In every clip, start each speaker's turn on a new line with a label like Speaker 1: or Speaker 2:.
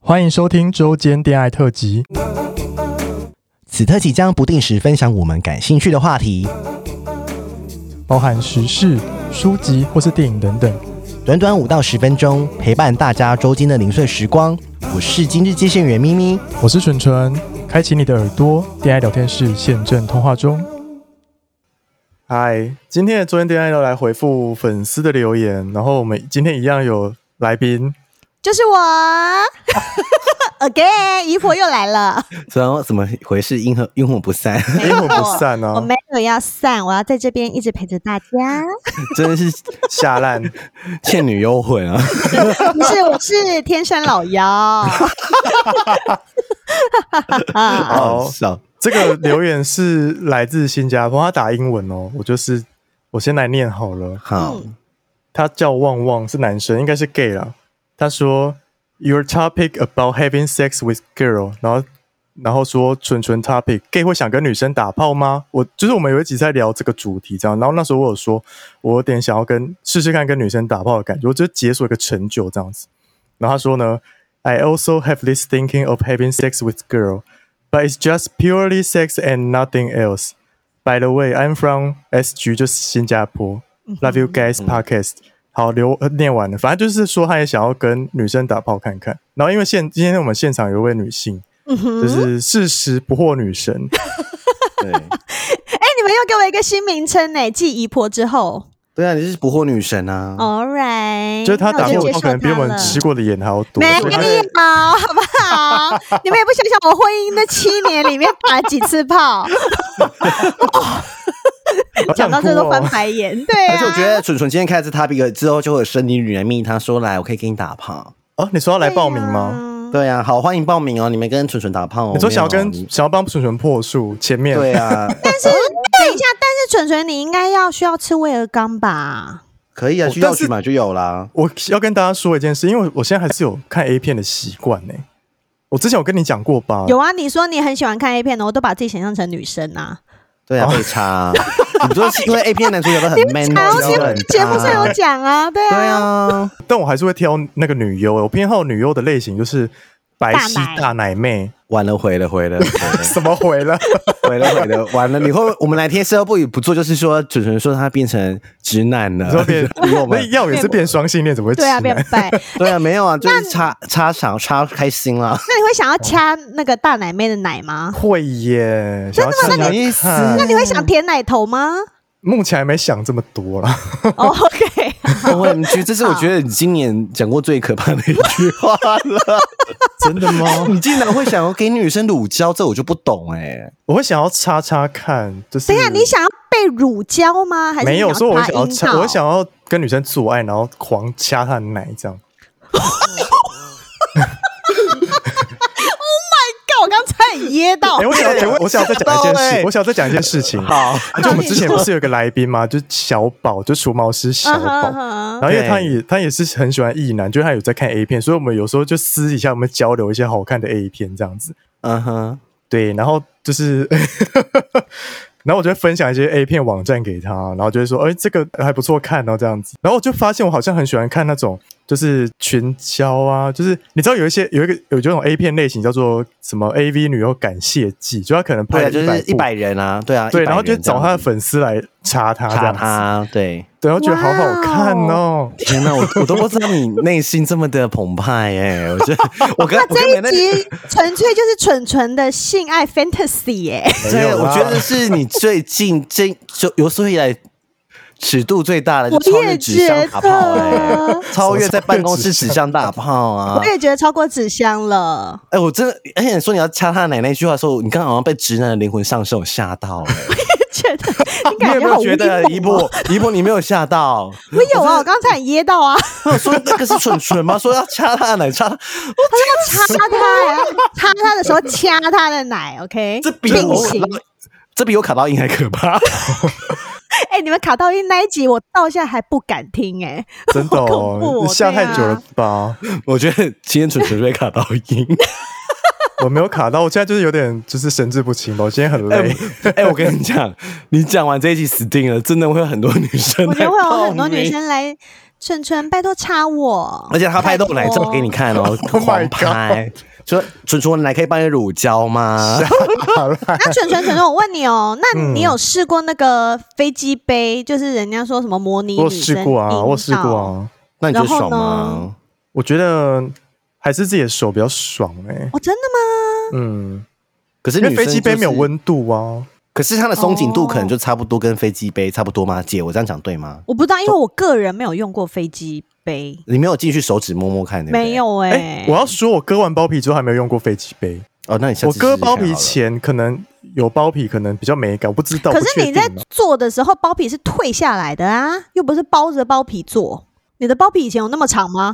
Speaker 1: 欢迎收听周间恋爱特辑。
Speaker 2: 此特辑将不定时分享我们感兴趣的话题，
Speaker 1: 包含时事、书籍或是电影等等。
Speaker 2: 短短五到十分钟，陪伴大家周间的零碎时光。我是今日接线员咪咪，
Speaker 1: 我是纯纯，开启你的耳朵，恋爱聊天室现正通话中。嗨，今天的周间恋爱要来回复粉丝的留言，然后我们今天一样有来宾，
Speaker 3: 就是我 ，again，姨婆又来了，
Speaker 2: 然后怎么回事？阴魂阴魂不散，
Speaker 1: 阴魂不散
Speaker 3: 我
Speaker 1: 啊，
Speaker 3: 没有要散，我要在这边一直陪着大家。
Speaker 2: 真的是
Speaker 1: 下烂。
Speaker 2: 倩女幽魂啊！
Speaker 3: 不是，我是天山老妖。 哎啊
Speaker 1: 好
Speaker 2: 笑，
Speaker 1: 这个留言是来自新加坡，他打英文哦，我就是我先来念好了。
Speaker 2: 好，
Speaker 1: 嗯他叫旺旺，是男生，应该是 gay 啦。他说，Your topic about having sex with girl，然后然后说纯纯 topic，gay 会想跟女生打炮吗？我就是我们有一集在聊这个主题，这样。然后那时候我有说，我有点想要跟试试看跟女生打炮的感觉，我就解锁一个成就这样子。然后他说呢，I also have this thinking of having sex with girl。But it's just purely sex and nothing else. By the way, I'm from SG，就是新加坡。Love
Speaker 3: 嗯
Speaker 1: you guys
Speaker 2: 嗯
Speaker 1: podcast、好，留呃念完了，反正就是说他也想要跟女生打炮看看。然后因为现今天我们现场有一位女性，
Speaker 3: 嗯哼，
Speaker 1: 就
Speaker 3: 哎、
Speaker 1: 是事实不惑女 神，
Speaker 2: 对
Speaker 3: 你们又给我一个新名称呢，继姨婆之后
Speaker 2: 对啊，你是捕获女神啊！
Speaker 1: 哦
Speaker 3: ，All right，
Speaker 1: 嗯就是她打
Speaker 3: 那
Speaker 1: 炮
Speaker 3: 嗯我
Speaker 1: 的
Speaker 3: 就
Speaker 1: 炮
Speaker 3: 接
Speaker 1: 可能比我
Speaker 3: 受
Speaker 1: 们
Speaker 3: 她了
Speaker 1: 吃过的盐还要多，
Speaker 3: 没
Speaker 1: 所以
Speaker 3: 有，
Speaker 1: 她
Speaker 3: 好不好？你们也不想想，我婚姻那七年里面打了几次 炮，
Speaker 1: 好
Speaker 3: 讲
Speaker 1: 想
Speaker 3: 到这
Speaker 1: 哭
Speaker 3: 都
Speaker 1: 哦
Speaker 3: 翻白眼，对
Speaker 2: 而且我觉
Speaker 3: 啊。
Speaker 2: 得蠢蠢今天开了这 topic 之后，就会有生理女人命，她说来，我可以给你打炮。
Speaker 1: 哦，你说要来报名吗？
Speaker 3: 对啊？
Speaker 2: 对啊，好，欢迎报名哦！你们跟蠢蠢打炮哦。
Speaker 1: 你说想要跟
Speaker 2: 没有
Speaker 1: 想要帮纯纯破树前面
Speaker 2: 对啊，
Speaker 3: 但是等一 下，但是蠢蠢，你应该要需要吃威尔刚吧？
Speaker 2: 可以啊，
Speaker 1: 哦
Speaker 2: 去药
Speaker 1: 但是
Speaker 2: 局买就有啦。
Speaker 1: 我要跟大家说一件事，因为我现在还是有看 A 片的习惯呢。我之前有跟你讲过吧？
Speaker 3: 有啊，你说你很喜欢看 A 片的，我都把自己想象成女生啊。
Speaker 2: 对
Speaker 1: 哦
Speaker 2: 啊，被插。你不是因为 A 片男主角都很 man
Speaker 3: 然
Speaker 2: 哦
Speaker 3: 后
Speaker 1: 知道
Speaker 3: 节
Speaker 1: 了
Speaker 3: 目节目上有讲啊，对
Speaker 2: 对
Speaker 3: 啊，
Speaker 2: 啊，
Speaker 1: 但我还是会挑那个女优。我偏好女优的类型就是白皙
Speaker 3: 大奶
Speaker 1: 大奶妹。
Speaker 2: 完了，回了，回了，
Speaker 1: 怎么回 了？
Speaker 2: 回了，回了，完了。你会我们哪天事后不语不做，就是说主持人说他变成直男了，
Speaker 1: 你说变
Speaker 2: 比我
Speaker 1: 那
Speaker 2: 们
Speaker 1: 要也是变双性恋，怎么会
Speaker 3: 对啊，
Speaker 1: 直男
Speaker 3: 变白。
Speaker 2: 对啊，没有啊，就是插插场插开心 了，
Speaker 3: 那你会
Speaker 1: 哦
Speaker 3: 想要掐那个大奶妹的奶吗？
Speaker 1: 会耶，想要
Speaker 2: 什
Speaker 1: 试
Speaker 2: 么
Speaker 1: 试
Speaker 2: 意思？
Speaker 1: 看
Speaker 3: 那你会想舔奶头 吗
Speaker 1: 目前还没想这么多啦。
Speaker 3: 哦？OK，
Speaker 2: O M G，这是我觉得你今年讲过最可怕的一句话了。
Speaker 1: 真的吗？
Speaker 2: 你竟然会想要给女生乳胶，这我就不懂哎、
Speaker 1: 我会想要插插看，就是
Speaker 3: 等一下，你想要被乳胶吗？还是
Speaker 1: 没有？所以
Speaker 3: 说
Speaker 1: 我想要插，我
Speaker 3: 道？
Speaker 1: 想要跟女生做爱，然后狂掐她的奶，这样
Speaker 3: 干，我刚才很噎到嗯
Speaker 1: 哎、。我想要，我想要再讲一件
Speaker 2: 知道
Speaker 1: 事
Speaker 2: 欸，
Speaker 1: 我想要再讲一件事情。
Speaker 2: 好，
Speaker 1: 就我们之前不是有一个来宾嘛，就是小宝，就除毛师小
Speaker 3: 嗯哼
Speaker 1: 宝。
Speaker 3: 嗯哼
Speaker 1: 然后因为他
Speaker 2: 对
Speaker 1: 也他也是很喜欢异男，就是他有在看 A 片，所以我们有时候就私底下我们交流一些好看的 A 片这样子。
Speaker 2: 嗯哼，
Speaker 1: 对，然后就是， 然后我就会分享一些 A 片网站给他，然后就会说，哎，这个还不错看哦，这样子。然后我就发现我好像很喜欢看那种就是群交啊，就是你知道有一些有一个有这种 A 片类型叫做什么 AV 女优感谢祭，就他可能拍
Speaker 2: 对啊，
Speaker 1: 了
Speaker 2: 就是一
Speaker 1: 一
Speaker 2: 百人啊，对啊，
Speaker 1: 对，
Speaker 2: 100
Speaker 1: 然后就
Speaker 2: 人这
Speaker 1: 找
Speaker 2: 样
Speaker 1: 他的
Speaker 2: 子
Speaker 1: 粉丝来插他这
Speaker 2: 插
Speaker 1: 样子，
Speaker 2: 他，对。
Speaker 1: 对，然后觉得好好看哦。
Speaker 2: 天哪，我我都不知道你内心这么的澎湃哎、 我觉得我跟我跟美乐
Speaker 3: 这一集纯粹就是蠢蠢的性爱 fantasy 耶、
Speaker 1: 没
Speaker 2: 对，
Speaker 1: 有
Speaker 2: 我
Speaker 1: 啦
Speaker 2: 觉得是你最近这就有史以来尺度最大的，就超
Speaker 3: 我
Speaker 2: 越
Speaker 3: 也
Speaker 2: 纸箱大炮哎、
Speaker 3: 觉得
Speaker 2: 超越在办公室纸箱大炮啊
Speaker 3: 我！也觉得超过纸 箱了。
Speaker 2: 哎、我真的，而且你说你要掐他奶奶一句话的时候，你刚刚好像被直男的灵魂上身，我吓到了、
Speaker 3: 觉得 你
Speaker 2: 你
Speaker 3: 感
Speaker 2: 有没
Speaker 3: 觉好
Speaker 2: 有
Speaker 3: 无
Speaker 2: 觉得
Speaker 3: 聊
Speaker 2: 一波一波你没有吓 到？
Speaker 3: 我有啊，我刚才很噎到啊，
Speaker 2: 我说那个是蠢蠢吗？说要掐他的奶，掐他
Speaker 3: 他说要掐他呀，掐他的时候掐他的奶，OK？
Speaker 2: 这比
Speaker 3: 并
Speaker 2: 我
Speaker 3: 行。
Speaker 2: 这比我卡到音还可怕。
Speaker 3: 哎、你们卡到音那一集，我到现在还不敢听 哎、
Speaker 1: 真的、
Speaker 3: 好恐怖
Speaker 1: 哦，
Speaker 3: 哦
Speaker 1: 你下太
Speaker 3: 对啊
Speaker 1: 久了吧？
Speaker 2: 我觉得今天蠢蠢被卡到音。
Speaker 1: 我没有卡到，我现在就是有点就是神志不清吧，我今天很
Speaker 2: 哎、
Speaker 3: 呃
Speaker 1: 累。
Speaker 2: 我哎我跟你讲，你讲完这一集死定了，真的会有很多女生
Speaker 3: 我
Speaker 2: 来
Speaker 3: 觉
Speaker 2: 报名。
Speaker 3: 得会有很多女生来蠢蠢，拜托插我。
Speaker 2: 而且他拍豆奶照给你看 哦，
Speaker 1: Oh my
Speaker 2: 狂拍。说纯纯奶可以帮你乳胶吗？
Speaker 1: 啊
Speaker 3: 那蠢蠢蠢蠢，我问你 哦，那
Speaker 2: 嗯
Speaker 3: 你有试过那个飞机杯？就是人家说什么模拟
Speaker 1: 我有
Speaker 3: 女
Speaker 1: 试
Speaker 3: 生
Speaker 1: 过啊，我有试
Speaker 3: 阴
Speaker 1: 过
Speaker 3: 道。
Speaker 1: 啊，
Speaker 2: 那你觉得
Speaker 3: 然后
Speaker 2: 爽吗
Speaker 3: 呢？
Speaker 1: 我觉得还是自己的手比较爽哎、
Speaker 3: 哦，真的吗？
Speaker 1: 嗯，
Speaker 2: 可是
Speaker 1: 因为
Speaker 2: 女
Speaker 1: 飞机杯
Speaker 2: 生就是
Speaker 1: 没有，温度啊，
Speaker 2: 可是它的松紧度可能
Speaker 3: 哦
Speaker 2: 就差不多跟飞机杯差不多吗？姐，我这样讲对吗？
Speaker 3: 我不知道，因为我个人没有用过飞机杯，
Speaker 2: 你没有进去手指摸摸看，对不对
Speaker 3: 没有哎、
Speaker 1: 哎、我要说我割完包皮之后还没有用过飞机杯，
Speaker 2: 哦，那你下
Speaker 1: 我
Speaker 2: 次试试
Speaker 1: 割
Speaker 2: 看好
Speaker 1: 包
Speaker 2: 了
Speaker 1: 皮前可能有包皮，可能比较美感，我不知道。
Speaker 3: 可
Speaker 1: 我不
Speaker 3: 是
Speaker 1: 确
Speaker 3: 你在
Speaker 1: 定啊
Speaker 3: 做的时候，包皮是退下来的啊，又不是包着包皮做。你的包皮以前有那么长吗？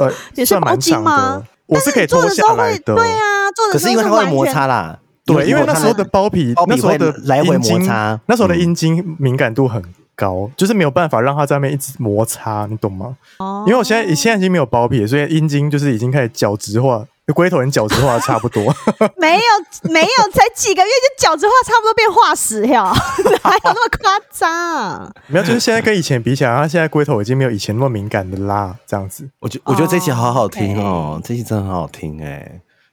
Speaker 1: 呃，
Speaker 3: 也是
Speaker 1: 算蛮
Speaker 3: 包巾
Speaker 1: 长
Speaker 3: 吗
Speaker 1: 的，我是可以
Speaker 3: 做
Speaker 1: 脱
Speaker 3: 的时
Speaker 1: 下
Speaker 3: 候
Speaker 1: 来
Speaker 3: 会，
Speaker 1: 的。
Speaker 3: 对啊，做
Speaker 2: 可
Speaker 3: 的时
Speaker 2: 是
Speaker 3: 候
Speaker 2: 因为它会
Speaker 3: 完
Speaker 2: 摩
Speaker 3: 全
Speaker 2: 擦啦，
Speaker 1: 对，因为那时候
Speaker 2: 它
Speaker 1: 的包皮
Speaker 2: 包，皮
Speaker 1: 那时候的
Speaker 2: 会来回
Speaker 1: 阴茎
Speaker 2: 摩擦
Speaker 1: 那时候的
Speaker 2: 嗯
Speaker 1: 阴茎敏感度很高，就是没有办法让它在那边一直摩擦，你懂吗？
Speaker 3: 哦
Speaker 1: 因为我现在现在已经没有包皮了，所以阴茎就是已经开始角质化，龟头跟角质化得差不 多。
Speaker 3: 没有没有，才几个月就角质化差不多变化石了，哪有 那么夸张？啊
Speaker 1: 没有，就是现在跟以前比起来，它现在龟头已经没有以前那么敏感的啦，这样子。
Speaker 2: 我觉我觉得这期好好听哦，这期真的很好听哎。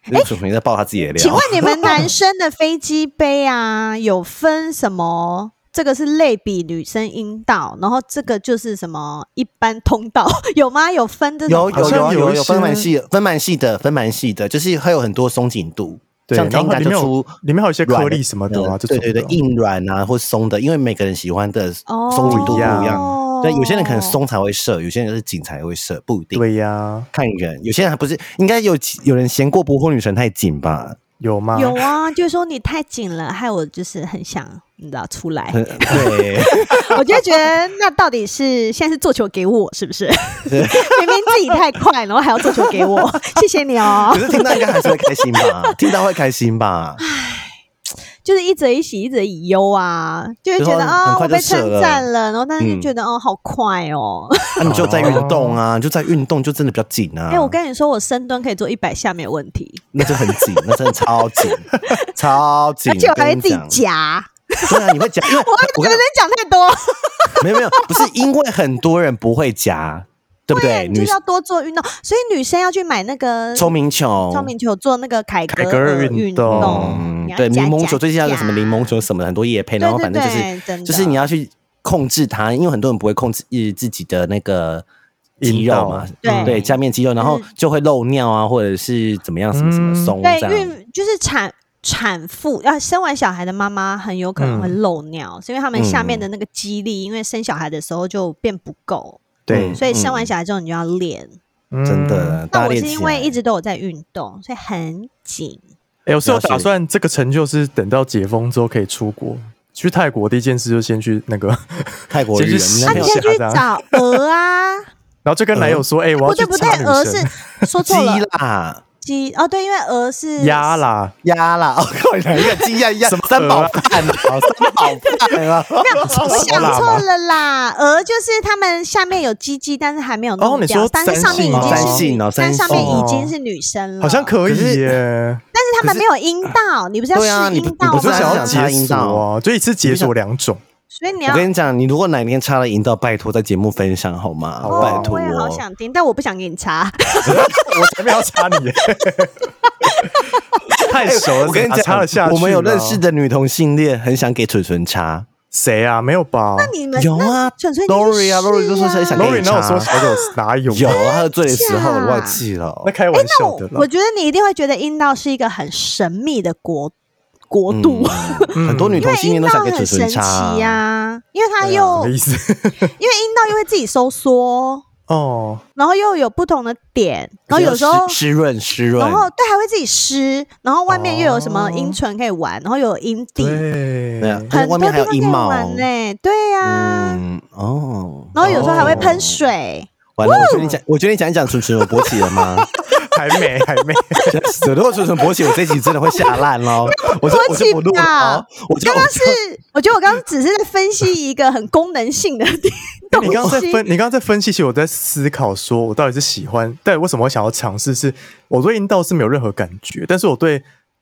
Speaker 2: 那楚楚在爆他自己的料，
Speaker 3: 请问你们男生的飞机杯啊，有分什么？这个是类比女生阴道，然后这个就是什么一般通道， 有吗？有分这
Speaker 2: 有
Speaker 3: 种吗？
Speaker 2: 有
Speaker 1: 好像
Speaker 2: 有
Speaker 1: 有
Speaker 2: 有
Speaker 1: 一
Speaker 2: 有
Speaker 1: 些
Speaker 2: 分蛮细的，分蛮细的，分蛮细的，就是会有很多松紧度，
Speaker 1: 对，
Speaker 2: 像
Speaker 1: 然后
Speaker 2: Tenga
Speaker 1: 里
Speaker 2: 就
Speaker 1: 面有
Speaker 2: 出
Speaker 1: 里面还有一些颗
Speaker 2: 软
Speaker 1: 粒什么的啊，这种
Speaker 2: 对对对
Speaker 1: 的，
Speaker 2: 硬软啊或松的，因为每个人喜欢的
Speaker 3: 哦
Speaker 2: 松紧度不一
Speaker 1: 不一
Speaker 2: 样。
Speaker 3: 样
Speaker 2: 对，有些人可能松才会射，有些人是紧才会射，不一定。
Speaker 1: 对呀，
Speaker 2: 看人，有些人还不是，应该有有人嫌过不惑女神太紧吧？
Speaker 1: 有吗？
Speaker 3: 有啊，就是说你太紧了，害我就是很想你知道出来，
Speaker 2: 很对，
Speaker 3: 我就觉得那到底是现在是做球给我是不 是？明明自己太快，然后还要做球给我， 谢谢你哦
Speaker 2: 可。是听到应该还是会开心吧？听到会开心吧？
Speaker 3: 就是一则一喜，一则一忧啊，就会觉
Speaker 2: 就
Speaker 3: 得
Speaker 2: 说很
Speaker 3: 啊、
Speaker 2: 快
Speaker 3: 我被
Speaker 2: 就射
Speaker 3: 称
Speaker 2: 了
Speaker 3: 赞了，然后但是
Speaker 2: 嗯
Speaker 3: 就觉得、哦，好快哦。
Speaker 2: 那、啊你就在运动啊，你就在运动，就真的比较紧啊。
Speaker 3: 哎、我跟你说，我深蹲可以做一百下没有问题，
Speaker 2: 那就很紧，那真的超 紧，超紧。
Speaker 3: 而且我还会
Speaker 2: 跟
Speaker 3: 自
Speaker 2: 你
Speaker 3: 己
Speaker 2: 讲。
Speaker 3: 夹。
Speaker 2: 对啊，你会夹，因为
Speaker 3: 我
Speaker 2: 我
Speaker 3: 可
Speaker 2: 跟
Speaker 3: 能讲太多，
Speaker 2: 没有没有，不是因为很多人不会夹，对不对？
Speaker 3: 啊就
Speaker 2: 女
Speaker 3: 是要多做运动，所以女生要去买那个
Speaker 2: 聪明球，
Speaker 3: 聪明球做那个凯
Speaker 1: 凯
Speaker 3: 格
Speaker 1: 格尔
Speaker 3: 尔
Speaker 1: 运
Speaker 3: 运
Speaker 1: 动
Speaker 2: 嗯
Speaker 3: 你，要
Speaker 2: 对，
Speaker 3: 夹
Speaker 2: 柠檬球
Speaker 3: 夹
Speaker 2: 最近还有什么
Speaker 3: 夹
Speaker 2: 柠檬球什么的很多叶配，
Speaker 3: 对
Speaker 2: 然后
Speaker 3: 对
Speaker 2: 反正就
Speaker 3: 对
Speaker 2: 是
Speaker 3: 真的
Speaker 2: 就是你要去控制它，因为很多人不会控制呃自己的那个肌肉嘛
Speaker 1: 阴，
Speaker 3: 道对嗯
Speaker 2: 对，下面肌肉，然后就会漏尿啊，或者是怎么样什么什么
Speaker 1: 嗯
Speaker 2: 松这
Speaker 3: 对
Speaker 2: 样。
Speaker 3: 孕就是产产妇啊，生完小孩的妈妈很有可能会
Speaker 1: 嗯
Speaker 3: 漏尿，是因为他们下
Speaker 2: 嗯
Speaker 3: 面的那个肌力，因为生小孩的时候就变不够，
Speaker 1: 对，
Speaker 3: 所以生完小孩之后你就要练。
Speaker 1: 嗯
Speaker 2: 真。的，
Speaker 3: 那
Speaker 2: 嗯大家
Speaker 3: 我
Speaker 2: 练
Speaker 3: 是
Speaker 2: 起
Speaker 3: 因
Speaker 2: 来
Speaker 3: 为一直都有在运动，所以很紧。
Speaker 1: 哎，我是有
Speaker 2: 了解
Speaker 1: 打算这个成就是等到解封之后可以出国。去泰国第一件事就先去那个，
Speaker 2: 泰国人，
Speaker 1: 其实
Speaker 2: 你
Speaker 1: 是
Speaker 2: 男
Speaker 3: 那
Speaker 2: 朋
Speaker 3: 你
Speaker 2: 友
Speaker 1: 啊
Speaker 3: 先去
Speaker 1: 夹
Speaker 3: 找鹅啊，
Speaker 1: 然后就跟男
Speaker 2: 嗯
Speaker 1: 友说：“哎、我要
Speaker 3: 不
Speaker 1: 去
Speaker 3: 对不对
Speaker 1: 插，女
Speaker 3: 鹅
Speaker 1: 生
Speaker 3: 是说错了
Speaker 2: 鸡啦
Speaker 3: 鸡哦，对，因为鹅 是
Speaker 1: 鸭啦，
Speaker 2: 鸭啦，我 靠，两个鸡鸭鸭
Speaker 1: 什么
Speaker 2: 三
Speaker 1: 鹅
Speaker 2: 宝
Speaker 1: 啊
Speaker 2: 饭 啊，三宝饭啊，
Speaker 3: 我想错了啦，鹅就是它们下面有鸡鸡，但是还没有
Speaker 1: 哦
Speaker 3: 弄
Speaker 1: 你
Speaker 3: 掉，
Speaker 1: 说
Speaker 3: 但是上面已经
Speaker 2: 三
Speaker 3: 是
Speaker 2: 性
Speaker 3: 女，
Speaker 2: 哦
Speaker 3: 但
Speaker 2: 三性
Speaker 3: 上面已经是女生了，
Speaker 1: 好像可
Speaker 2: 可
Speaker 1: 以
Speaker 2: 是
Speaker 1: 耶。
Speaker 3: 但是他们没有阴道，你不是要
Speaker 2: 对啊
Speaker 3: 试
Speaker 2: 你不
Speaker 3: 阴道
Speaker 2: 你
Speaker 1: 我
Speaker 3: 吗
Speaker 2: 不
Speaker 1: 就是想要解
Speaker 2: 我知
Speaker 1: 锁
Speaker 2: 道
Speaker 1: 啊，就一次解锁两 种。
Speaker 3: 所以你
Speaker 2: 我
Speaker 3: 要。
Speaker 2: 跟你讲，你如果哪天插了阴道，拜托在节目分享好吗？
Speaker 1: 好啊
Speaker 2: 拜托
Speaker 3: 我也好
Speaker 2: 哦，
Speaker 3: 想听，但我不想给你查。
Speaker 1: 我才没有插 你耶，太熟啊了，
Speaker 2: 哎我跟你
Speaker 1: 哪
Speaker 2: 讲，
Speaker 1: 插得下去吗
Speaker 2: 我们有认识的女同性恋，很想给纯纯插。
Speaker 1: 谁啊？没有吧？
Speaker 3: 那你们
Speaker 2: 有啊
Speaker 3: 纯粹
Speaker 2: Lori 啊，Lori 就说是想给
Speaker 1: l o
Speaker 2: 你
Speaker 1: r i 哪有
Speaker 2: 插
Speaker 1: 说小狗哪有？
Speaker 2: 有，啊，喝醉的时候
Speaker 3: 真
Speaker 2: 我
Speaker 3: 假
Speaker 2: 忘记了。
Speaker 1: 那开玩笑的
Speaker 3: 我
Speaker 1: 啦。
Speaker 3: 觉得你一定会觉得阴道是一个很神秘的国国
Speaker 2: 嗯
Speaker 3: 度，
Speaker 1: 嗯
Speaker 2: 很多女
Speaker 3: 因
Speaker 2: 同
Speaker 3: 为
Speaker 2: 性恋
Speaker 3: 阴
Speaker 2: 都
Speaker 3: 道
Speaker 2: 想给
Speaker 3: 很
Speaker 2: 纯
Speaker 3: 神
Speaker 2: 纯
Speaker 3: 奇
Speaker 2: 插啊。
Speaker 3: 啊，因为它
Speaker 2: 对啊
Speaker 1: 什
Speaker 3: 又
Speaker 1: 么意思？
Speaker 3: 因为阴道又会自己收缩，
Speaker 1: 哦，
Speaker 3: 然后又有不同的点，然后有时候
Speaker 2: 可是要湿湿润湿润
Speaker 3: 然，后对，还会自己湿，然后外面又有什么
Speaker 1: 哦
Speaker 3: 阴唇可以玩，然后又有阴蒂，
Speaker 1: 对
Speaker 2: 对啊，而且
Speaker 3: 很
Speaker 2: 外
Speaker 3: 多
Speaker 2: 面
Speaker 3: 地
Speaker 2: 还有
Speaker 3: 方可以
Speaker 2: 阴毛。
Speaker 3: 玩呢。对呀、
Speaker 2: 嗯哦，
Speaker 3: 然后有时候还会
Speaker 2: 哦
Speaker 3: 喷。水，
Speaker 2: 完了，我觉得你讲，我觉得你讲一讲纯纯有勃起了吗？
Speaker 1: 还没还没，
Speaker 2: 如果纯纯勃起，我这集真的会吓烂喽！我就我就不录了哦，我就
Speaker 3: 刚刚是，我觉得我刚刚只是在分析一个很功能性
Speaker 2: 哎
Speaker 3: 的东西。
Speaker 1: 你刚刚在分，你刚刚在分析，其实我在思考，说我到底是喜欢，但为什么我想要尝试是？我对阴道是没有任何感觉，但是我对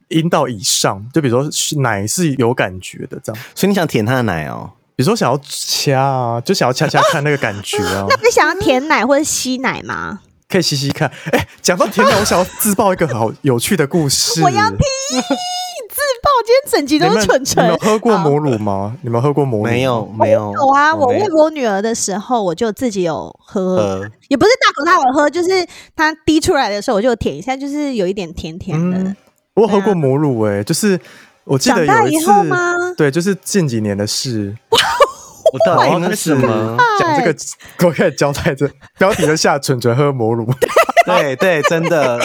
Speaker 1: 阴道以上，就比如说是奶是有感觉的，这样
Speaker 2: 所以你想舔他的奶哦？
Speaker 1: 比如说想要掐啊，就想要掐掐看那个感觉啊，
Speaker 3: 那你想要舔奶或者吸奶吗？
Speaker 1: 可以吸吸看。哎，讲到甜奶，我想要自爆一个好有趣的故事。
Speaker 3: 我要听自爆，今天整
Speaker 1: 你
Speaker 3: 集都
Speaker 1: 们
Speaker 3: 是蠢
Speaker 1: 你
Speaker 3: 蠢
Speaker 1: 们。喝过母乳吗？你们喝过母乳？
Speaker 2: 没有，没有，
Speaker 3: 有啊，我
Speaker 2: 没
Speaker 3: 喂我女儿的时候，我就自己有喝，
Speaker 2: 呃，
Speaker 3: 也不是大口大口喝，就是它滴出来的时候，我就舔一下，就是有一点甜甜的
Speaker 1: 嗯。，我有喝过母乳哎、就是我记得
Speaker 3: 长大
Speaker 1: 有一
Speaker 3: 以
Speaker 1: 次
Speaker 3: 后吗，
Speaker 1: 对，就是近几年的事。
Speaker 2: 我到
Speaker 1: 然后
Speaker 2: 底
Speaker 1: 开
Speaker 2: 哦
Speaker 1: 始
Speaker 2: 那什么？
Speaker 1: 讲 这个，我开始交代这标题就下蠢蠢喝母乳，
Speaker 2: 对对，真的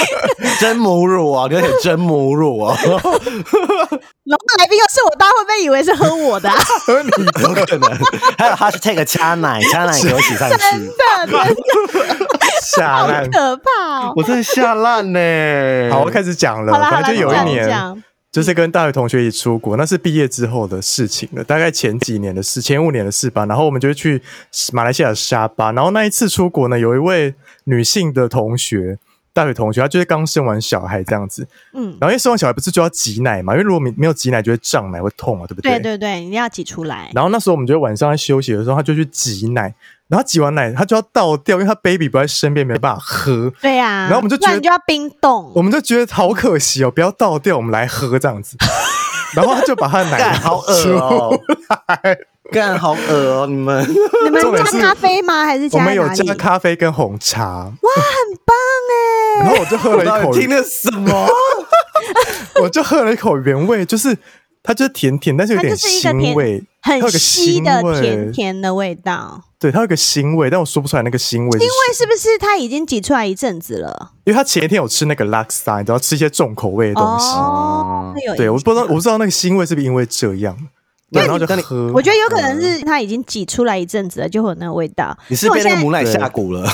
Speaker 2: 真母乳啊，有点真母乳啊，
Speaker 3: 然后来宾又是我，大家会不会以为是喝 我的啊？
Speaker 1: 喝你
Speaker 2: 有可能。还有 hashtag 掐奶，掐奶给我写上去，
Speaker 3: 真的，
Speaker 1: 下
Speaker 3: 好
Speaker 1: 烂。
Speaker 3: 可怕哦！
Speaker 2: 我真的吓烂呢。
Speaker 1: 好，我开始讲了。
Speaker 3: 好啦好
Speaker 1: 反
Speaker 3: 啦，
Speaker 1: 正
Speaker 3: 你
Speaker 1: 就有一
Speaker 3: 讲你
Speaker 1: 年，
Speaker 3: 讲，
Speaker 1: 就是跟大学同学一起出国，那是毕业之后的事情了，大概前几年的事，前五年的事吧。然后我们就去马来西亚的沙巴，然后那一次出国呢，有一位女性的同学，大学同学，她就是刚生完小孩这样子，
Speaker 3: 嗯，
Speaker 1: 然后因为生完小孩不是就要挤奶嘛？因为如果没没有挤奶就会胀奶，会痛啊，对不
Speaker 3: 对对对，你要挤出来。
Speaker 1: 然后那时候我们就晚上在休息的时候，他就去挤奶，然后挤完奶他就要倒掉，因为他 baby 不在身边，没办法喝。
Speaker 3: 对啊呀，
Speaker 1: 然后我们就
Speaker 3: 不然
Speaker 1: 觉得
Speaker 3: 就要冰冻
Speaker 1: 我。们就觉得好可惜哦，不要倒掉，我们来喝这样 子。然后他就把他的奶
Speaker 2: 干好
Speaker 1: 拿出
Speaker 2: 恶哦，干好恶哦，你们
Speaker 3: 你们
Speaker 1: 重点
Speaker 3: 加
Speaker 1: 是
Speaker 3: 咖啡吗？还是
Speaker 1: 我
Speaker 3: 加在
Speaker 1: 们有
Speaker 3: 哪
Speaker 1: 加
Speaker 3: 里？
Speaker 1: 咖啡跟红茶，
Speaker 3: 棒哎！
Speaker 1: 然后我就喝了
Speaker 2: 我
Speaker 1: 一
Speaker 2: 到
Speaker 1: 口
Speaker 2: 底，听了什 么？
Speaker 1: 我就喝了一口原味，就是它就是甜甜，但是有
Speaker 3: 它
Speaker 1: 点
Speaker 3: 就是一个
Speaker 1: 腥
Speaker 3: 甜
Speaker 1: 味，它有
Speaker 3: 很
Speaker 1: 个
Speaker 3: 稀的
Speaker 1: 腥味
Speaker 3: 甜甜的味道，
Speaker 1: 对，它有个腥味，但我说不出来那个腥味是什么。因
Speaker 3: 那是不是它已经挤出来一阵子了？
Speaker 1: 因为他前一天有吃那个拉萨，你知道吃一些重口味的东西。
Speaker 3: 哦，会有
Speaker 1: 对，
Speaker 3: 影
Speaker 1: 我不知道，
Speaker 3: 响
Speaker 1: 我不知道那个腥味是不是因为这样，
Speaker 2: 那
Speaker 1: 对，
Speaker 2: 你
Speaker 1: 然后就
Speaker 2: 那你
Speaker 1: 喝。
Speaker 3: 我觉得有可能是它已经挤出来一阵子了，就会有那个味道。
Speaker 2: 你是被那个母奶
Speaker 1: 对
Speaker 2: 下蛊了？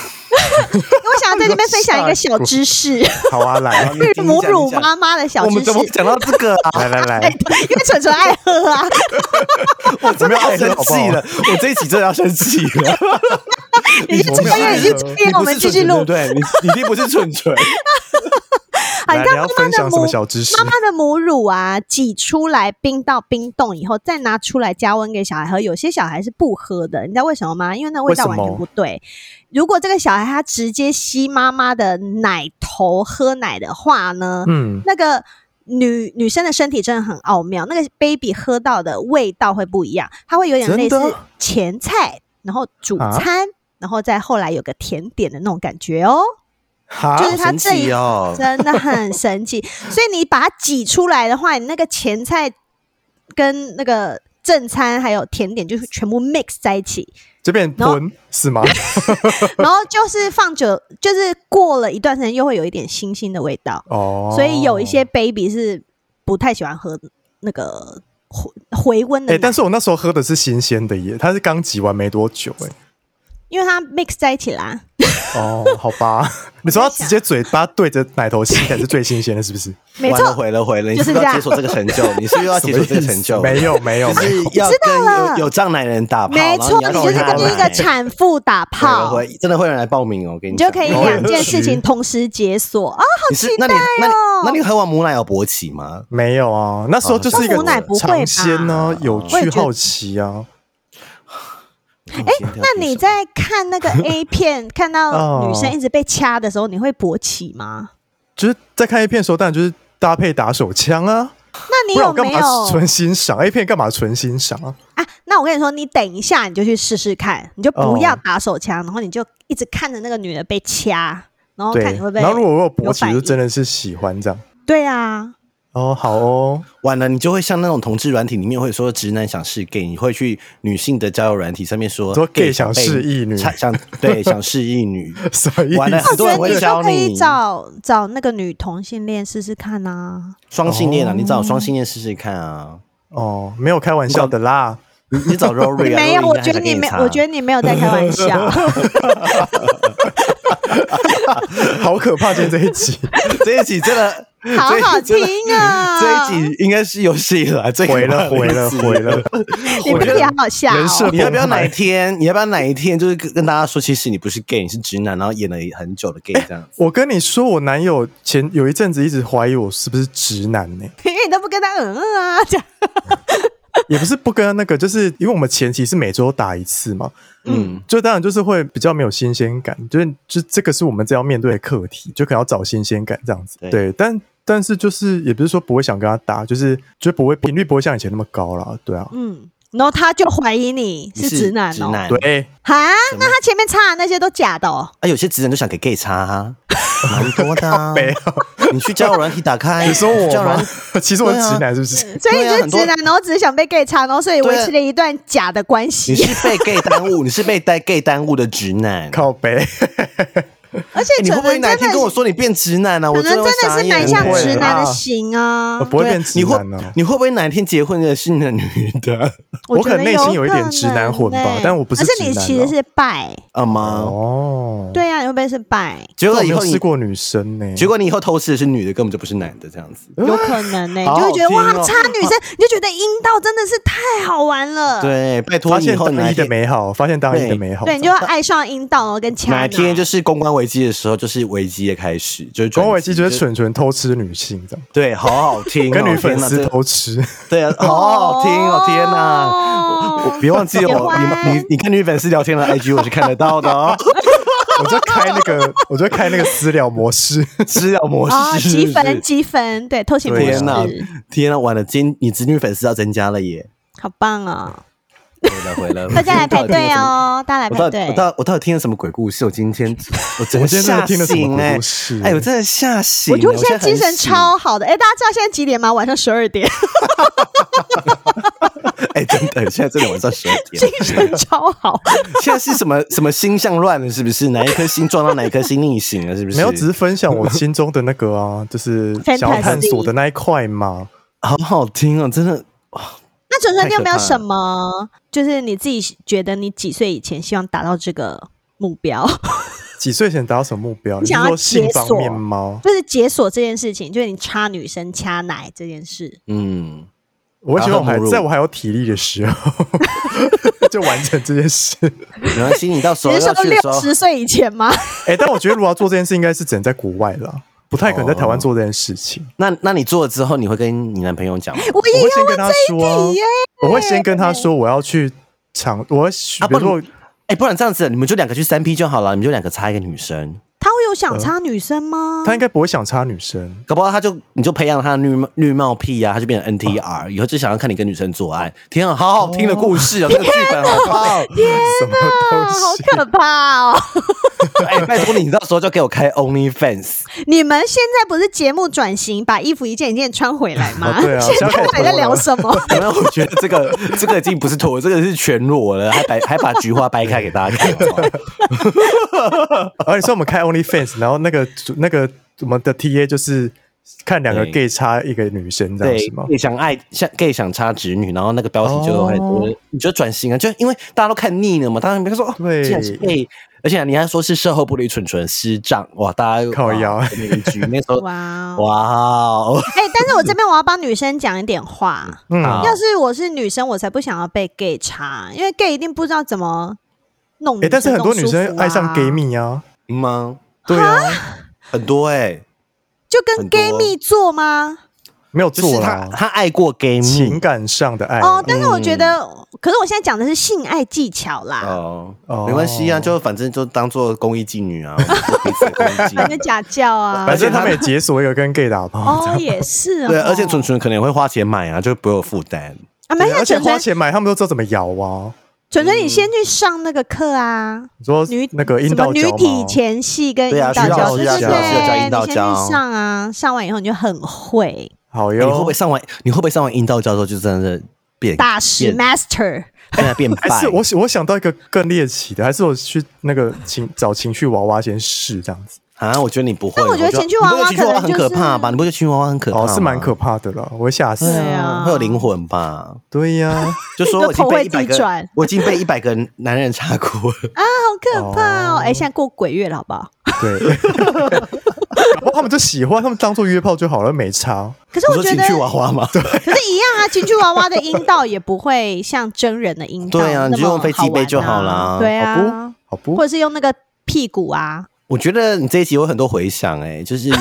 Speaker 3: 我想要在这边分享一个小知识，
Speaker 1: 得好啊，来
Speaker 3: 是母乳妈妈的小
Speaker 2: 我
Speaker 3: 知
Speaker 2: 们
Speaker 3: 识
Speaker 2: 怎，么讲到这 个啊？
Speaker 1: 来来来，
Speaker 3: 因为蠢蠢爱喝啊，
Speaker 2: 我真的要
Speaker 1: 我们要
Speaker 2: 生
Speaker 1: 爱喝好不
Speaker 2: 气
Speaker 1: 好
Speaker 2: 了，我这一集真的要生气了。
Speaker 3: 你是
Speaker 1: 我
Speaker 3: 这
Speaker 1: 没有
Speaker 3: 个月已经
Speaker 1: 爱喝
Speaker 3: 这样，我们继续
Speaker 2: 对不
Speaker 3: 录。
Speaker 2: 对，你你一定不是蠢 蠢，
Speaker 3: 啊好，你
Speaker 1: 来，
Speaker 3: 知
Speaker 1: 你
Speaker 3: 道
Speaker 1: 要
Speaker 3: 妈
Speaker 1: 分
Speaker 3: 妈的
Speaker 1: 享什
Speaker 3: 母
Speaker 1: 么小知识
Speaker 3: 妈？妈的母乳啊，挤出来冰到冰冻以后，再拿出来加温给小孩喝。有些小孩是不喝的，你知道为什么吗？因为那味道完
Speaker 1: 为什
Speaker 3: 全
Speaker 1: 么
Speaker 3: 不对。如果这个小孩他直接吸妈妈的奶头喝奶的话呢，
Speaker 1: 嗯，
Speaker 3: 那个女女生的身体真的很奥妙，那个 baby 喝到的味道会不一样，它会有点类
Speaker 1: 真的
Speaker 3: 似前菜，然后主
Speaker 1: 啊
Speaker 3: 餐，然后再后来有个甜点的那种感觉哦。
Speaker 1: 好
Speaker 3: 就是它这一
Speaker 2: 好神奇 哦，
Speaker 3: 真的很神奇。所以你把它挤出来的话，你那个前菜跟那个正餐还有甜点就是全部 mix 在一起，
Speaker 1: 这边
Speaker 3: 然后
Speaker 1: 喷是 吗？
Speaker 3: 然后就是放久，就是过了一段时间又会有一点腥腥的味道。
Speaker 1: 哦，
Speaker 3: 所以有一些 baby 是不太喜欢喝那个回回温的
Speaker 1: 哎，
Speaker 3: 奶，
Speaker 1: 但是我那时候喝的是新鲜的耶，它是刚挤完没多久哎。
Speaker 3: 因为它 mix 在一起啦。
Speaker 1: 哦，好 吧，你说要直接嘴巴对着奶头吸才是最新鲜的，是不 是？
Speaker 3: 没
Speaker 2: 完了
Speaker 3: 错，
Speaker 2: 毁了毁了，你
Speaker 3: 就是
Speaker 2: 是不是
Speaker 3: 这
Speaker 2: 要
Speaker 3: 样
Speaker 2: 解锁这个成就？ 你是不是要解锁这个成就？
Speaker 1: 没有没有
Speaker 2: 就
Speaker 1: 没有，
Speaker 2: 是要跟有有胀奶的人打炮，
Speaker 3: 没错，
Speaker 2: 然
Speaker 3: 你
Speaker 2: 后
Speaker 3: 就
Speaker 2: 你
Speaker 3: 是
Speaker 2: 要
Speaker 3: 跟
Speaker 2: 跟
Speaker 3: 着一个产妇打
Speaker 2: 好，
Speaker 3: 炮，
Speaker 2: 会真的会有人来报名哦，我跟
Speaker 3: 你
Speaker 2: 你
Speaker 3: 就
Speaker 2: 讲
Speaker 3: 可以
Speaker 1: 有
Speaker 3: 两件
Speaker 1: 人
Speaker 3: 事情
Speaker 1: 吃
Speaker 3: 同时解锁啊。
Speaker 2: 你是那你那你那你喝完母奶有勃起吗？
Speaker 1: 没有啊，那时
Speaker 2: 哦
Speaker 1: 候就是一个
Speaker 3: 母奶不会吧
Speaker 1: 尝鲜呢，有
Speaker 3: 我也
Speaker 1: 趣
Speaker 3: 觉得
Speaker 1: 好奇啊。
Speaker 2: 哎，
Speaker 3: 那你在看 那个 A 片，看到
Speaker 1: 哦
Speaker 3: 女生一直被掐的时候，你会勃起吗？
Speaker 1: 就是在看 A 片的时候，当然就是搭配打手枪啊，
Speaker 3: 那你
Speaker 1: 不然我
Speaker 3: 有
Speaker 1: 干
Speaker 3: 没
Speaker 1: 嘛
Speaker 3: 有
Speaker 1: 纯欣赏 A 片？干嘛纯欣赏啊？
Speaker 3: 啊？那我跟你说，你等一下你就去试试看，你就不要打手枪，然后你就一直看着那个女的被掐，然后
Speaker 1: 对
Speaker 3: 哦看你会，不会。
Speaker 1: 然后如果我有勃
Speaker 3: 有
Speaker 1: 起，
Speaker 3: 反应
Speaker 1: 就真的是喜欢这样。
Speaker 3: 对啊，
Speaker 1: 哦，好 哦，
Speaker 2: 完了，你就会像那种同志软体里面会说直男想试 gay，你会去女性的交友软体上面说
Speaker 1: 说 gay
Speaker 2: 想
Speaker 1: 想
Speaker 2: 被
Speaker 1: 试异女
Speaker 2: 想想对想试异 女，
Speaker 1: 所以
Speaker 2: 完了
Speaker 3: 那我
Speaker 2: 很
Speaker 3: 觉
Speaker 2: 多人
Speaker 3: 得
Speaker 2: 会
Speaker 3: 你就
Speaker 2: 教
Speaker 3: 可以
Speaker 2: 你
Speaker 3: 找找那个女同性恋试试看啊。
Speaker 2: 双性恋啊，
Speaker 1: 哦
Speaker 2: 你找双性恋试试看啊，
Speaker 1: 哦，没有开玩笑的啦。
Speaker 2: 你你找 Rory 啊，
Speaker 3: 没有，
Speaker 2: Rory
Speaker 3: 我
Speaker 2: 应该
Speaker 3: 觉得
Speaker 2: 还给
Speaker 3: 你没，
Speaker 2: 查
Speaker 3: 我觉得你没有在开 玩笑。
Speaker 1: 好可怕！今天这一 集
Speaker 2: 这一集真的
Speaker 3: 好好听啊
Speaker 2: 这一集应该是有史以来 最
Speaker 1: 毁了，毁了，毁了！
Speaker 3: 你
Speaker 1: 我
Speaker 3: 们
Speaker 1: 觉得
Speaker 3: 自己好好笑哦、
Speaker 1: 人设
Speaker 2: 你要不要哪一 天？你要不要哪一天就是跟跟大家说，其实你不是 gay，你是直男，然后演了很久的 gay 这样子？
Speaker 1: 我跟你说，我男友前有一阵子一直怀疑我是不是直男呢、
Speaker 3: 因为你都不跟他嗯嗯啊，这样
Speaker 1: 也不是不跟那个，就是因为我们前期是每周打一次嘛，
Speaker 2: 嗯，
Speaker 1: 就当然就是会比较没有新鲜感，就是就这个是我们这要面对的课题，就可能要找新鲜感这样子。
Speaker 2: 对
Speaker 1: 对，但但是就是也不是说不会想跟他打，就是就不会频率不会像以前那么高了，对啊，
Speaker 3: 嗯，然后他就怀疑你
Speaker 2: 你
Speaker 3: 是直男
Speaker 2: 直
Speaker 3: 哦、
Speaker 2: 男
Speaker 1: 对，
Speaker 3: 哈，
Speaker 2: 怎么
Speaker 3: 那他前面插的那些都假的哦、
Speaker 2: 啊，有些直男就想给 gay 插、啊，蛮多的、啊。
Speaker 1: 没有，
Speaker 2: 你去交友软体打开，
Speaker 1: 你说
Speaker 2: 去交
Speaker 1: 我
Speaker 2: 友软
Speaker 1: 吗
Speaker 2: 体？
Speaker 1: 其实我是
Speaker 2: 对啊
Speaker 1: 直男是不是？
Speaker 3: 所以
Speaker 2: 对啊
Speaker 3: 你是
Speaker 2: 很多
Speaker 3: 直男，然后只是想被 gay 插，然后所以维
Speaker 2: 对啊
Speaker 3: 持了一段假的关
Speaker 2: 你
Speaker 3: 系，
Speaker 2: 是被 gay 耽误，你是被带 gay 耽误的直男。
Speaker 1: 靠背，
Speaker 3: 而且
Speaker 2: 欸你会
Speaker 3: 可
Speaker 2: 不会
Speaker 3: 能
Speaker 2: 哪
Speaker 3: 真
Speaker 2: 天跟我
Speaker 3: 的。
Speaker 2: 说你变直男呢、啊？
Speaker 3: 可
Speaker 2: 我会
Speaker 3: 能真的
Speaker 2: 傻
Speaker 3: 是
Speaker 2: 眼
Speaker 3: 蛮像
Speaker 1: 不会
Speaker 3: 直男的
Speaker 1: 啦
Speaker 3: 型啊
Speaker 1: 我，不会
Speaker 2: 对啊
Speaker 1: 变直男
Speaker 2: 你会
Speaker 1: 呢。
Speaker 2: 你会不会哪一天结婚的是你的女的？
Speaker 1: 我可
Speaker 3: 觉
Speaker 1: 能
Speaker 3: 得
Speaker 1: 内心有
Speaker 3: 有
Speaker 1: 一
Speaker 3: 可
Speaker 1: 点直男魂吧
Speaker 3: 能欸
Speaker 1: 但我不是
Speaker 3: 可是
Speaker 1: 直
Speaker 3: 你
Speaker 2: 哦
Speaker 1: 男
Speaker 3: 其
Speaker 1: 啊
Speaker 3: 实是拜，
Speaker 2: 啊吗？
Speaker 1: 哦，，
Speaker 3: 对啊，你会不会是拜？
Speaker 2: 结
Speaker 1: 我
Speaker 2: 果
Speaker 1: 没
Speaker 2: 以
Speaker 1: 有
Speaker 2: 后
Speaker 1: 试
Speaker 2: 你，
Speaker 1: 过女生呢，
Speaker 2: 结果你以后偷吃的是女的，根本就不是男的这样子。
Speaker 3: 有可能呢、
Speaker 2: 嗯好
Speaker 3: 就会觉得
Speaker 2: 好
Speaker 3: 哇，
Speaker 2: 听哦
Speaker 3: 插女生， 你就觉得阴道真的是太好玩了。
Speaker 2: 对，拜托
Speaker 1: 发
Speaker 2: 你以
Speaker 1: 现
Speaker 2: 后哪
Speaker 1: 当
Speaker 2: 一
Speaker 1: 一的
Speaker 2: 天，
Speaker 1: 美好，发现当一的
Speaker 2: 对
Speaker 1: 美好，
Speaker 3: 对，你就会爱上阴道，然后跟掐
Speaker 2: 哪
Speaker 3: 奶。
Speaker 2: 天就是公关危机的时候，就是危机的开始，就是转
Speaker 1: 宫
Speaker 2: 机
Speaker 1: 伟基觉得，蠢蠢偷吃女性这样，
Speaker 2: 对，好好听、哦，
Speaker 1: 跟女粉
Speaker 2: 天
Speaker 1: 丝
Speaker 2: 哪
Speaker 1: 偷吃，
Speaker 2: 这对啊，好好听哦，天哪！我 我别忘记
Speaker 3: 喜
Speaker 2: 我
Speaker 3: 欢
Speaker 2: 你们你你跟女粉丝聊天的 IG 我是看得到的 哦，
Speaker 1: 我就开那个， 我就开那个私聊模式，
Speaker 2: 私聊 模
Speaker 3: 啊，
Speaker 2: 式是不
Speaker 3: 积
Speaker 2: 是
Speaker 3: 分积分，对，偷情模
Speaker 2: 天哪
Speaker 3: 式，
Speaker 2: 天哪，完了，今你子女粉丝要增加了耶！
Speaker 3: 好棒 啊！
Speaker 2: 回了回了，
Speaker 3: 大家来排队
Speaker 2: 哦。
Speaker 3: 哦， 大家来
Speaker 2: 我
Speaker 3: 排
Speaker 2: 到底我
Speaker 3: 队。
Speaker 2: 到我到底听了什么鬼故事？我今 天我真
Speaker 1: 我
Speaker 2: 的
Speaker 1: 今天真
Speaker 2: 吓
Speaker 1: 的听了什么
Speaker 2: 醒
Speaker 1: 鬼
Speaker 2: 哎
Speaker 1: 故！事？
Speaker 2: 哎，我真的吓醒！
Speaker 3: 我觉得我现在
Speaker 2: 很
Speaker 3: 精神
Speaker 2: 醒
Speaker 3: 超好的，哎，大家知道现在几点吗？晚上十 二点，
Speaker 2: 哎，真的，现在真的晚上十二点
Speaker 3: 精。神超 好。
Speaker 2: 现在是什么什么星象乱了？是不是哪一颗星撞到哪一颗星逆行了？是不是？
Speaker 1: 没有，只是分享我心中的那个 啊，就是想要探索的那一块嘛。
Speaker 2: 好好听哦，真的。
Speaker 3: 那纯纯，你有没有
Speaker 2: 太可怕了
Speaker 3: 什么，就是你自己觉得你几岁以前希望达到这个目标？
Speaker 1: 几岁前达到什么目标？
Speaker 3: 你
Speaker 1: 你是
Speaker 3: 想要
Speaker 1: 说性
Speaker 3: 解
Speaker 1: 方
Speaker 3: 锁
Speaker 1: 面吗？
Speaker 3: 就是解锁这件事情，就是你插女生掐奶这件事。
Speaker 2: 嗯，
Speaker 1: 我喜欢我还
Speaker 2: 然后母乳
Speaker 1: 在我还有体力的时候， 就完成这件事。
Speaker 2: 没关系，你到时
Speaker 3: 你
Speaker 2: 候
Speaker 3: 是
Speaker 2: 要
Speaker 3: 说
Speaker 2: 去的时
Speaker 3: 六
Speaker 2: 候，
Speaker 3: 十岁以前吗？
Speaker 1: 哎，但我觉得如果要做这件事，应该是只能在国外啦，不太可能在台湾做这件事情。
Speaker 3: 哦
Speaker 2: 那那你做了之后，你会跟你男朋友讲吗？
Speaker 3: 我
Speaker 1: 我
Speaker 3: 也
Speaker 1: 会先跟他说啊
Speaker 3: 题耶，
Speaker 1: 我会先跟他说我要去尝，我要
Speaker 2: 啊
Speaker 1: 比
Speaker 2: 不
Speaker 1: 如说
Speaker 2: 哎，不然这样子，你们就两个去三 P 就好了，你们就两个插一个女生，
Speaker 3: 他会有
Speaker 2: 嗯
Speaker 3: 想插女生吗？
Speaker 1: 他应该不会想插女生，
Speaker 2: 搞不好他就你就培养他的绿帽绿帽癖啊，他就变成 NTR，以后就想要看你跟女生做爱。天啊，好好听的故事啊，这个剧本好棒！
Speaker 1: 什么
Speaker 3: 啊好
Speaker 1: 东西？
Speaker 3: 可怕哦！
Speaker 2: 哎，拜托你到时候就给我开 OnlyFans，
Speaker 3: 你们现在不是节目转型，把衣服一件一件穿回来吗？
Speaker 1: 啊对啊
Speaker 3: 现在到底在聊什么？
Speaker 2: 没有，我觉得这个 这个已经不是脱，这个是全裸了，还摆还把菊花掰开给大家看。好不好
Speaker 1: 而且是我们开 OnlyFans，然后那个主那个我们的 TA 就是看两个
Speaker 2: 对
Speaker 1: gay 插一个女生这样
Speaker 2: 对
Speaker 1: 是吗？
Speaker 2: ，gay 想爱像 gay 想插直女，然后那个标题就有很
Speaker 1: 哦
Speaker 2: 多，你就转型啊，就因为大家都看腻了嘛，当然别人说哦，
Speaker 1: 对
Speaker 2: 竟然是 gay。而且你还说是售后部的蠢蠢师长，哇！大家
Speaker 1: 靠腰
Speaker 2: 哇那个一句那时候
Speaker 3: 哇哦！
Speaker 2: 哇哦，
Speaker 3: 哎、但是我这边我要帮女生讲一点话。
Speaker 1: 嗯，
Speaker 2: 好
Speaker 3: 要是我是女生，我才不想要被 gay 插，因为 gay 一定不知道怎么弄
Speaker 1: 哎，
Speaker 3: 女
Speaker 1: 但是
Speaker 3: 生
Speaker 1: 很
Speaker 3: 弄舒服啊、
Speaker 1: 多女生爱上 gay 蜜啊，
Speaker 2: 吗？
Speaker 1: 对啊，
Speaker 2: 很多哎、
Speaker 3: 就跟
Speaker 2: 很多
Speaker 3: gay 蜜做吗？
Speaker 1: 没有
Speaker 2: 就是
Speaker 1: 做
Speaker 2: 他
Speaker 1: 啦，
Speaker 2: 他爱过 gay
Speaker 1: 情
Speaker 2: 蜜
Speaker 1: 感上的爱啊
Speaker 3: 哦，但是我觉得，可是我现在讲的是性爱技巧啦。
Speaker 2: 哦
Speaker 1: 哦，
Speaker 2: 没关系啊，就反正就当做公益妓女啊，我们就彼此的公益
Speaker 3: 反
Speaker 2: 妓
Speaker 3: 正
Speaker 2: 女。
Speaker 3: 假教 啊，
Speaker 1: 反正他们也解锁一个跟 gay 打炮这
Speaker 3: 哦
Speaker 1: 样。
Speaker 3: 也是哦，
Speaker 2: 对，而且纯纯可能也会花钱买啊，就不会有负担。
Speaker 3: 啊，没
Speaker 1: 对
Speaker 3: 有
Speaker 1: 而且
Speaker 3: 纯
Speaker 1: 花
Speaker 3: 纯
Speaker 1: 钱买，他们都知道怎么摇啊。
Speaker 3: 纯纯，你先去上那个课啊，
Speaker 1: 你说
Speaker 3: 女
Speaker 1: 那个阴
Speaker 3: 什么
Speaker 1: 道
Speaker 3: 女
Speaker 1: 角
Speaker 3: 体
Speaker 1: 吗？
Speaker 3: 前戏跟阴
Speaker 2: 对
Speaker 3: 道
Speaker 2: 啊
Speaker 3: 交，
Speaker 1: 需要
Speaker 3: 对
Speaker 1: 需要
Speaker 3: 对
Speaker 1: 需要需
Speaker 2: 要教
Speaker 3: 对，
Speaker 2: 阴道
Speaker 3: 你先
Speaker 2: 交
Speaker 3: 去上啊，上完以后你就很会
Speaker 1: 好
Speaker 2: 你会不
Speaker 1: 哟
Speaker 2: 会，上完？你会不会上完阴道教授就真的是变
Speaker 3: 大师
Speaker 2: 变
Speaker 3: master。
Speaker 2: 现在变败？
Speaker 1: 哎还是我想我想到一个更猎奇的，还是我去那个情找情趣娃娃先试这样子。
Speaker 2: 啊？我觉得你不会。
Speaker 3: 但我觉得情趣娃娃
Speaker 2: 你不觉得情趣娃娃
Speaker 3: 可
Speaker 2: 很
Speaker 3: 能就是
Speaker 2: 可怕吧？你不觉得情趣娃娃很可怕
Speaker 1: 哦，
Speaker 2: 吗？
Speaker 1: 是蛮可怕的啦，我会吓死。
Speaker 3: 对啊
Speaker 2: 会有灵魂吧？
Speaker 1: 对 呀，
Speaker 2: 就 说我已经被一百
Speaker 3: 你的头会自己
Speaker 2: 个
Speaker 3: 转，
Speaker 2: 我已经被一百个男人插过了。
Speaker 3: 好可怕哦！哎，现在过鬼月了，好不好？
Speaker 1: 对，然后他们就喜欢，他们当做约炮就好了，没差。
Speaker 3: 可是
Speaker 2: 你
Speaker 3: 我
Speaker 2: 说
Speaker 3: 觉
Speaker 2: 情
Speaker 3: 得，
Speaker 2: 趣娃娃吗？对
Speaker 3: 可是一样啊，情趣娃娃的阴道也不会像真人的阴道
Speaker 2: 对啊
Speaker 3: 那么
Speaker 2: 你就用飞机杯
Speaker 3: 玩啊
Speaker 2: 就好啦哦
Speaker 3: 对
Speaker 1: 好不
Speaker 3: 啊，
Speaker 1: 好不
Speaker 3: 或，者是用那个屁股啊，
Speaker 2: 我觉得你这一集有很多回响哎、就是
Speaker 3: 一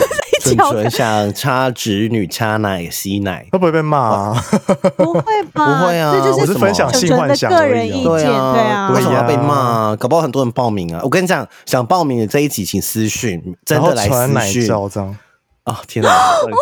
Speaker 2: 纯
Speaker 3: 教
Speaker 2: 纯想插直女、插奶、吸奶，
Speaker 1: 会不会被骂
Speaker 2: 哦
Speaker 1: 啊？
Speaker 3: 不会吧？
Speaker 2: 不会啊
Speaker 3: 这
Speaker 1: 我
Speaker 3: 就是是
Speaker 1: 分享性
Speaker 3: 纯纯
Speaker 1: 幻
Speaker 3: 的
Speaker 1: 想
Speaker 3: 个
Speaker 1: 而
Speaker 3: 人
Speaker 1: 已啊
Speaker 3: 意见，
Speaker 2: 对
Speaker 3: 对
Speaker 2: 啊，为什么要被骂啊？搞不好很多人报名啊！我跟你讲，想报名的这一集，请私讯，真
Speaker 1: 然后
Speaker 2: 的来
Speaker 1: 传奶
Speaker 2: 私讯
Speaker 1: 照这 样。
Speaker 2: 啊！ 天哪！Oh my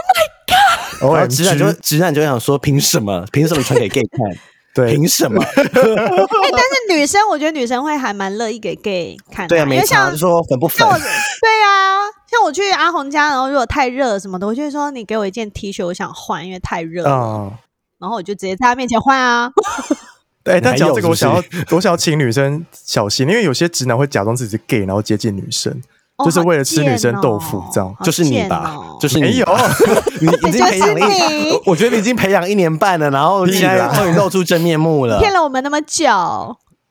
Speaker 1: O
Speaker 2: 然后
Speaker 1: M
Speaker 2: 直男啊就
Speaker 1: G，
Speaker 2: 直男就会想说，凭什么？凭什么传给 gay 看？
Speaker 1: 对，
Speaker 2: 凭什么？
Speaker 3: 哎、但是女生，我觉得女生会还蛮乐意给 gay 看 的、
Speaker 2: 对啊，
Speaker 3: 因
Speaker 2: 没
Speaker 3: 为
Speaker 2: 差，
Speaker 3: 像
Speaker 2: 就说粉不粉
Speaker 3: 像我，对啊，像我去阿红家，然后如果太热什么的，我就会说你给我一件 T 恤，我想换，因为太热了，
Speaker 1: 啊。
Speaker 3: 然后我就直接在他面前换啊。
Speaker 1: 哎、但讲到这个，我
Speaker 2: 是
Speaker 1: 想
Speaker 2: 不
Speaker 1: 要
Speaker 2: 是
Speaker 1: 我想要请女生小心，因为有些直男会假装自己是 gay，然后接近女生，
Speaker 3: 哦
Speaker 1: 就是为了吃
Speaker 3: 好贱
Speaker 1: 女生豆腐
Speaker 3: 哦
Speaker 1: 这样
Speaker 3: 好
Speaker 2: 就是你
Speaker 3: 贱
Speaker 2: 吧
Speaker 3: 哦，
Speaker 2: 就是
Speaker 1: 没
Speaker 2: 你
Speaker 1: 有
Speaker 2: 吧， 你已经培养了
Speaker 3: 就是
Speaker 2: 一
Speaker 3: 你，
Speaker 2: 我觉得你已经培养一年半了，然后
Speaker 1: 屁
Speaker 2: 现在
Speaker 1: 啦
Speaker 2: 终于露出真面目了。
Speaker 3: 骗了我们那么久。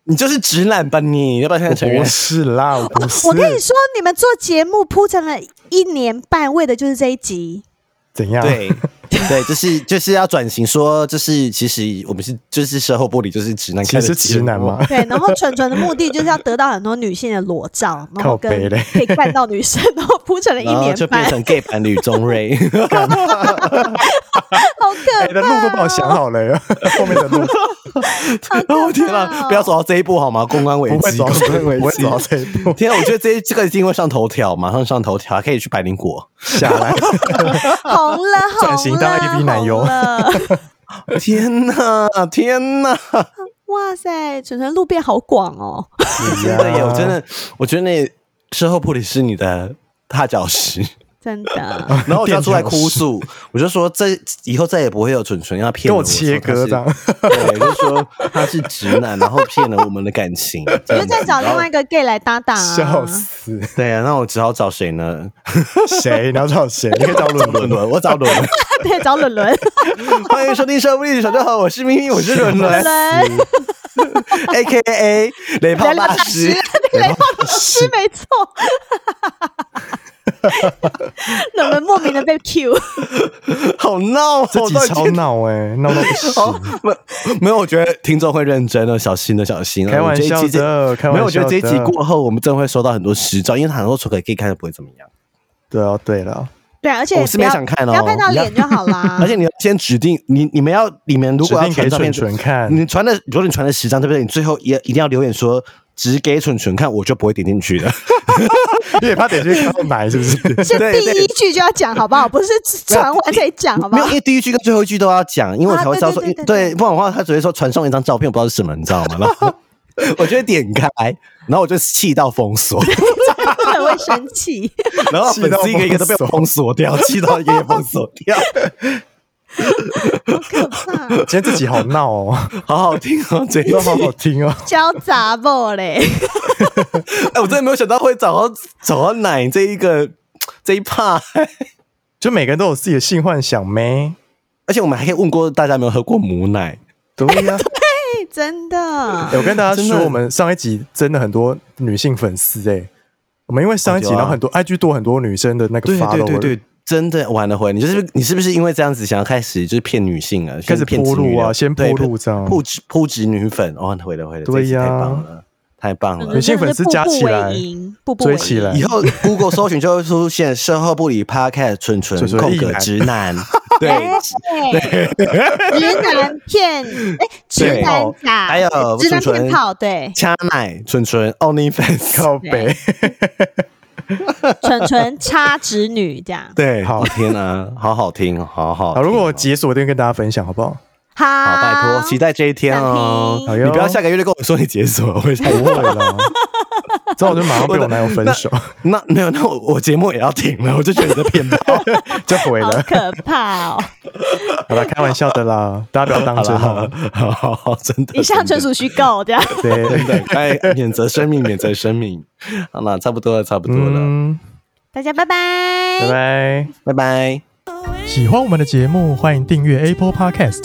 Speaker 2: 你就是直男吧你？要不要现在
Speaker 1: 我
Speaker 2: 承认
Speaker 1: 不？是 啦，我不是。
Speaker 3: 我跟你说，你们做节目铺陈了一年半，为的就是这一集。
Speaker 1: 怎样？
Speaker 2: 对对，就是就是要转型说，就是其实我们是就是售后玻璃，就是直男，
Speaker 1: 其实是直男嘛，，
Speaker 3: 对，然后蠢蠢的目的就是要得到很多女性的裸照，然
Speaker 1: 靠
Speaker 3: 后
Speaker 1: 北
Speaker 3: 跟
Speaker 1: 嘞
Speaker 3: 可以干到女生，然后铺陈了一
Speaker 2: 然后
Speaker 3: 年
Speaker 2: 就变
Speaker 3: 半，
Speaker 2: 成 gay 版吕宗 瑞。
Speaker 3: 好可
Speaker 1: 哎、
Speaker 3: 怕、
Speaker 1: 那路都帮我想好了， 后面的路
Speaker 2: 哦天哪，不要走到这一步好吗？公关危
Speaker 1: 不会
Speaker 2: 机，
Speaker 1: 走
Speaker 2: 公
Speaker 1: 到
Speaker 2: 关危
Speaker 1: 不会
Speaker 2: 机
Speaker 1: 走。到这一步，
Speaker 2: 天啊，我觉得这一这个一定会上头条，马上上头条，还可以去百灵果。
Speaker 1: 下 来
Speaker 3: 红了，
Speaker 1: 转型当
Speaker 3: 红了
Speaker 1: AV 男优
Speaker 3: 红了
Speaker 2: 天哪，天哪！
Speaker 3: 哇塞，蠢蠢路变好广哦！
Speaker 2: 真的耶，我真的，我觉得那售后玻璃是你的踏脚 石。
Speaker 3: 真的，
Speaker 2: 然后我就要出来哭诉，我就说这以后再也不会有蠢蠢要骗
Speaker 1: 跟我
Speaker 2: 说
Speaker 1: 切
Speaker 2: 他
Speaker 1: 割
Speaker 2: 是
Speaker 1: 这样
Speaker 2: 对，就说他是直男，然后骗了我们的感情。
Speaker 3: 你就再找另外一个 gay 来搭档啊！
Speaker 1: 笑死。
Speaker 2: 对啊，那我只好找谁呢？
Speaker 1: 谁？你要找 谁？你可以找伦伦。
Speaker 2: 伦伦，我找伦伦。
Speaker 3: 对，找伦伦，
Speaker 2: 欢迎收听《生物力手就好》，我是咪咪，我是伦 伦
Speaker 3: 伦伦
Speaker 2: ，A K A 雷炮大师。
Speaker 3: 雷炮老师没错， 伦伦莫名的被 Q，
Speaker 2: 好闹哦，
Speaker 1: 这集
Speaker 2: 到底
Speaker 1: 超
Speaker 2: 今天
Speaker 1: 闹哎，闹到不 行。
Speaker 2: 没没有，我觉得听众会认真的，哦小心的，小心的。
Speaker 1: 开玩笑的
Speaker 2: 我觉得这一集这
Speaker 1: 开玩笑的
Speaker 2: 没有，我觉得这一集过后，我们真的会收到很多实照，因为很多出可以看的不会怎么样。
Speaker 1: 对啊，对了，
Speaker 3: 对啊，而且
Speaker 2: 我是没
Speaker 3: 不要
Speaker 2: 想看哦
Speaker 3: 不要看到
Speaker 2: 你要
Speaker 3: 脸就好啦。
Speaker 2: 而且你要先指定你你们要你们如
Speaker 1: 指
Speaker 2: 果要
Speaker 1: 定给
Speaker 2: 传照
Speaker 1: 蠢
Speaker 2: 片，
Speaker 1: 蠢看。
Speaker 2: 你传的如果你传了十张，对不对？你最后也一定要留言说只给蠢蠢看，我就不会点进去的。
Speaker 1: 因为怕点进去看到奶是不是？
Speaker 3: 是
Speaker 2: 对
Speaker 3: 第
Speaker 2: 对
Speaker 3: 一句就要讲好不好？不是只传完才讲好 不
Speaker 2: 没有，
Speaker 3: 好
Speaker 2: 因？为第一句跟最后一句都要讲，因为我才会知道说，
Speaker 3: 啊对对对对
Speaker 2: 对，不然的话他只会说传送一张照片，我不知道是什么，你知道吗？然后我就会点开，然后我就气到封锁，
Speaker 3: 很会生气，
Speaker 2: 然后粉丝一个一个都被我封锁 掉，气到一个一个封锁掉，
Speaker 3: 好可怕，
Speaker 1: 今天自己 好闹 哦，
Speaker 2: 好好听哦， 这一集
Speaker 1: 都好好听哦。
Speaker 3: 交杂不嘞？
Speaker 2: 哎，我真的没有想到会找到找到奶这一个这一 part，
Speaker 1: 就每个人都有自己的性幻想咩？
Speaker 2: 而且我们还可以问过大家有没有喝过母奶，
Speaker 1: 对呀、
Speaker 3: 真的
Speaker 1: 哎，我跟大家
Speaker 2: 真的
Speaker 1: 说，我们上一集真的很多女性粉丝哎、我们因为上一集，
Speaker 2: 哦有啊
Speaker 1: 然后很多 IG 多很多女生的那个 follow，，
Speaker 2: 真的玩了回，你就是你是不是因为这样子想要开始就是骗女性啊，
Speaker 1: 开始
Speaker 2: 骗
Speaker 1: 铺
Speaker 2: 直女
Speaker 1: 路啊，
Speaker 2: 了
Speaker 1: 先
Speaker 2: 对
Speaker 1: 铺路这样。
Speaker 2: 铺直铺直女粉哦，回了回了，
Speaker 1: 对呀
Speaker 2: 这一集太棒了，太棒
Speaker 3: 真
Speaker 2: 了
Speaker 3: 的
Speaker 1: 女。性粉丝加起来
Speaker 3: 真的是步步为营步步
Speaker 1: 追
Speaker 3: 为
Speaker 1: 起
Speaker 3: 营
Speaker 1: 来
Speaker 2: 以后 Google 搜寻就会出现“售后不理 Podcast 蠢蠢
Speaker 1: 蠢蠢
Speaker 2: 空
Speaker 1: 一
Speaker 2: 格
Speaker 1: 男
Speaker 2: 直男”，对，
Speaker 3: 对，直男骗哎，直男假，
Speaker 2: 哦还有
Speaker 3: 直男
Speaker 2: 储存
Speaker 3: 骗 炮，对，
Speaker 2: 掐奶蠢蠢 OnlyFans，
Speaker 1: 靠北，
Speaker 3: 蠢蠢插直女这样。
Speaker 2: 对，
Speaker 1: 好
Speaker 2: 好天啊，好好听，好好
Speaker 1: 好，
Speaker 2: 听哦。
Speaker 1: 如果我解锁，一定跟大家分享，好不好？
Speaker 3: 好，
Speaker 2: 好，拜托，期待这一天
Speaker 3: 想
Speaker 2: 哦！
Speaker 3: 听
Speaker 1: 好
Speaker 2: 你
Speaker 1: 哟
Speaker 2: 不要下个月就跟我说你解锁，我会吓
Speaker 1: 不会 啦，这样我就马上被我男友分手，
Speaker 2: 那没有，那我我节目也要停了，我就觉得你在骗炮。
Speaker 1: 就毁
Speaker 3: 好
Speaker 1: 了。
Speaker 3: 可 怕哦！
Speaker 1: 好了，开玩笑的啦，大家不要当真
Speaker 2: 好
Speaker 1: 哦
Speaker 2: 了。，好好好，真的，
Speaker 3: 以上纯
Speaker 2: 真的
Speaker 3: 属虚构，这样。
Speaker 1: 对，
Speaker 2: 真的该免责声明，免责声明。好了，差不多了，差不多了，
Speaker 1: 嗯，
Speaker 3: 大家拜拜，
Speaker 1: 拜拜。
Speaker 2: 拜拜。
Speaker 1: 喜欢我们的节目，欢迎订阅 Apple Podcast，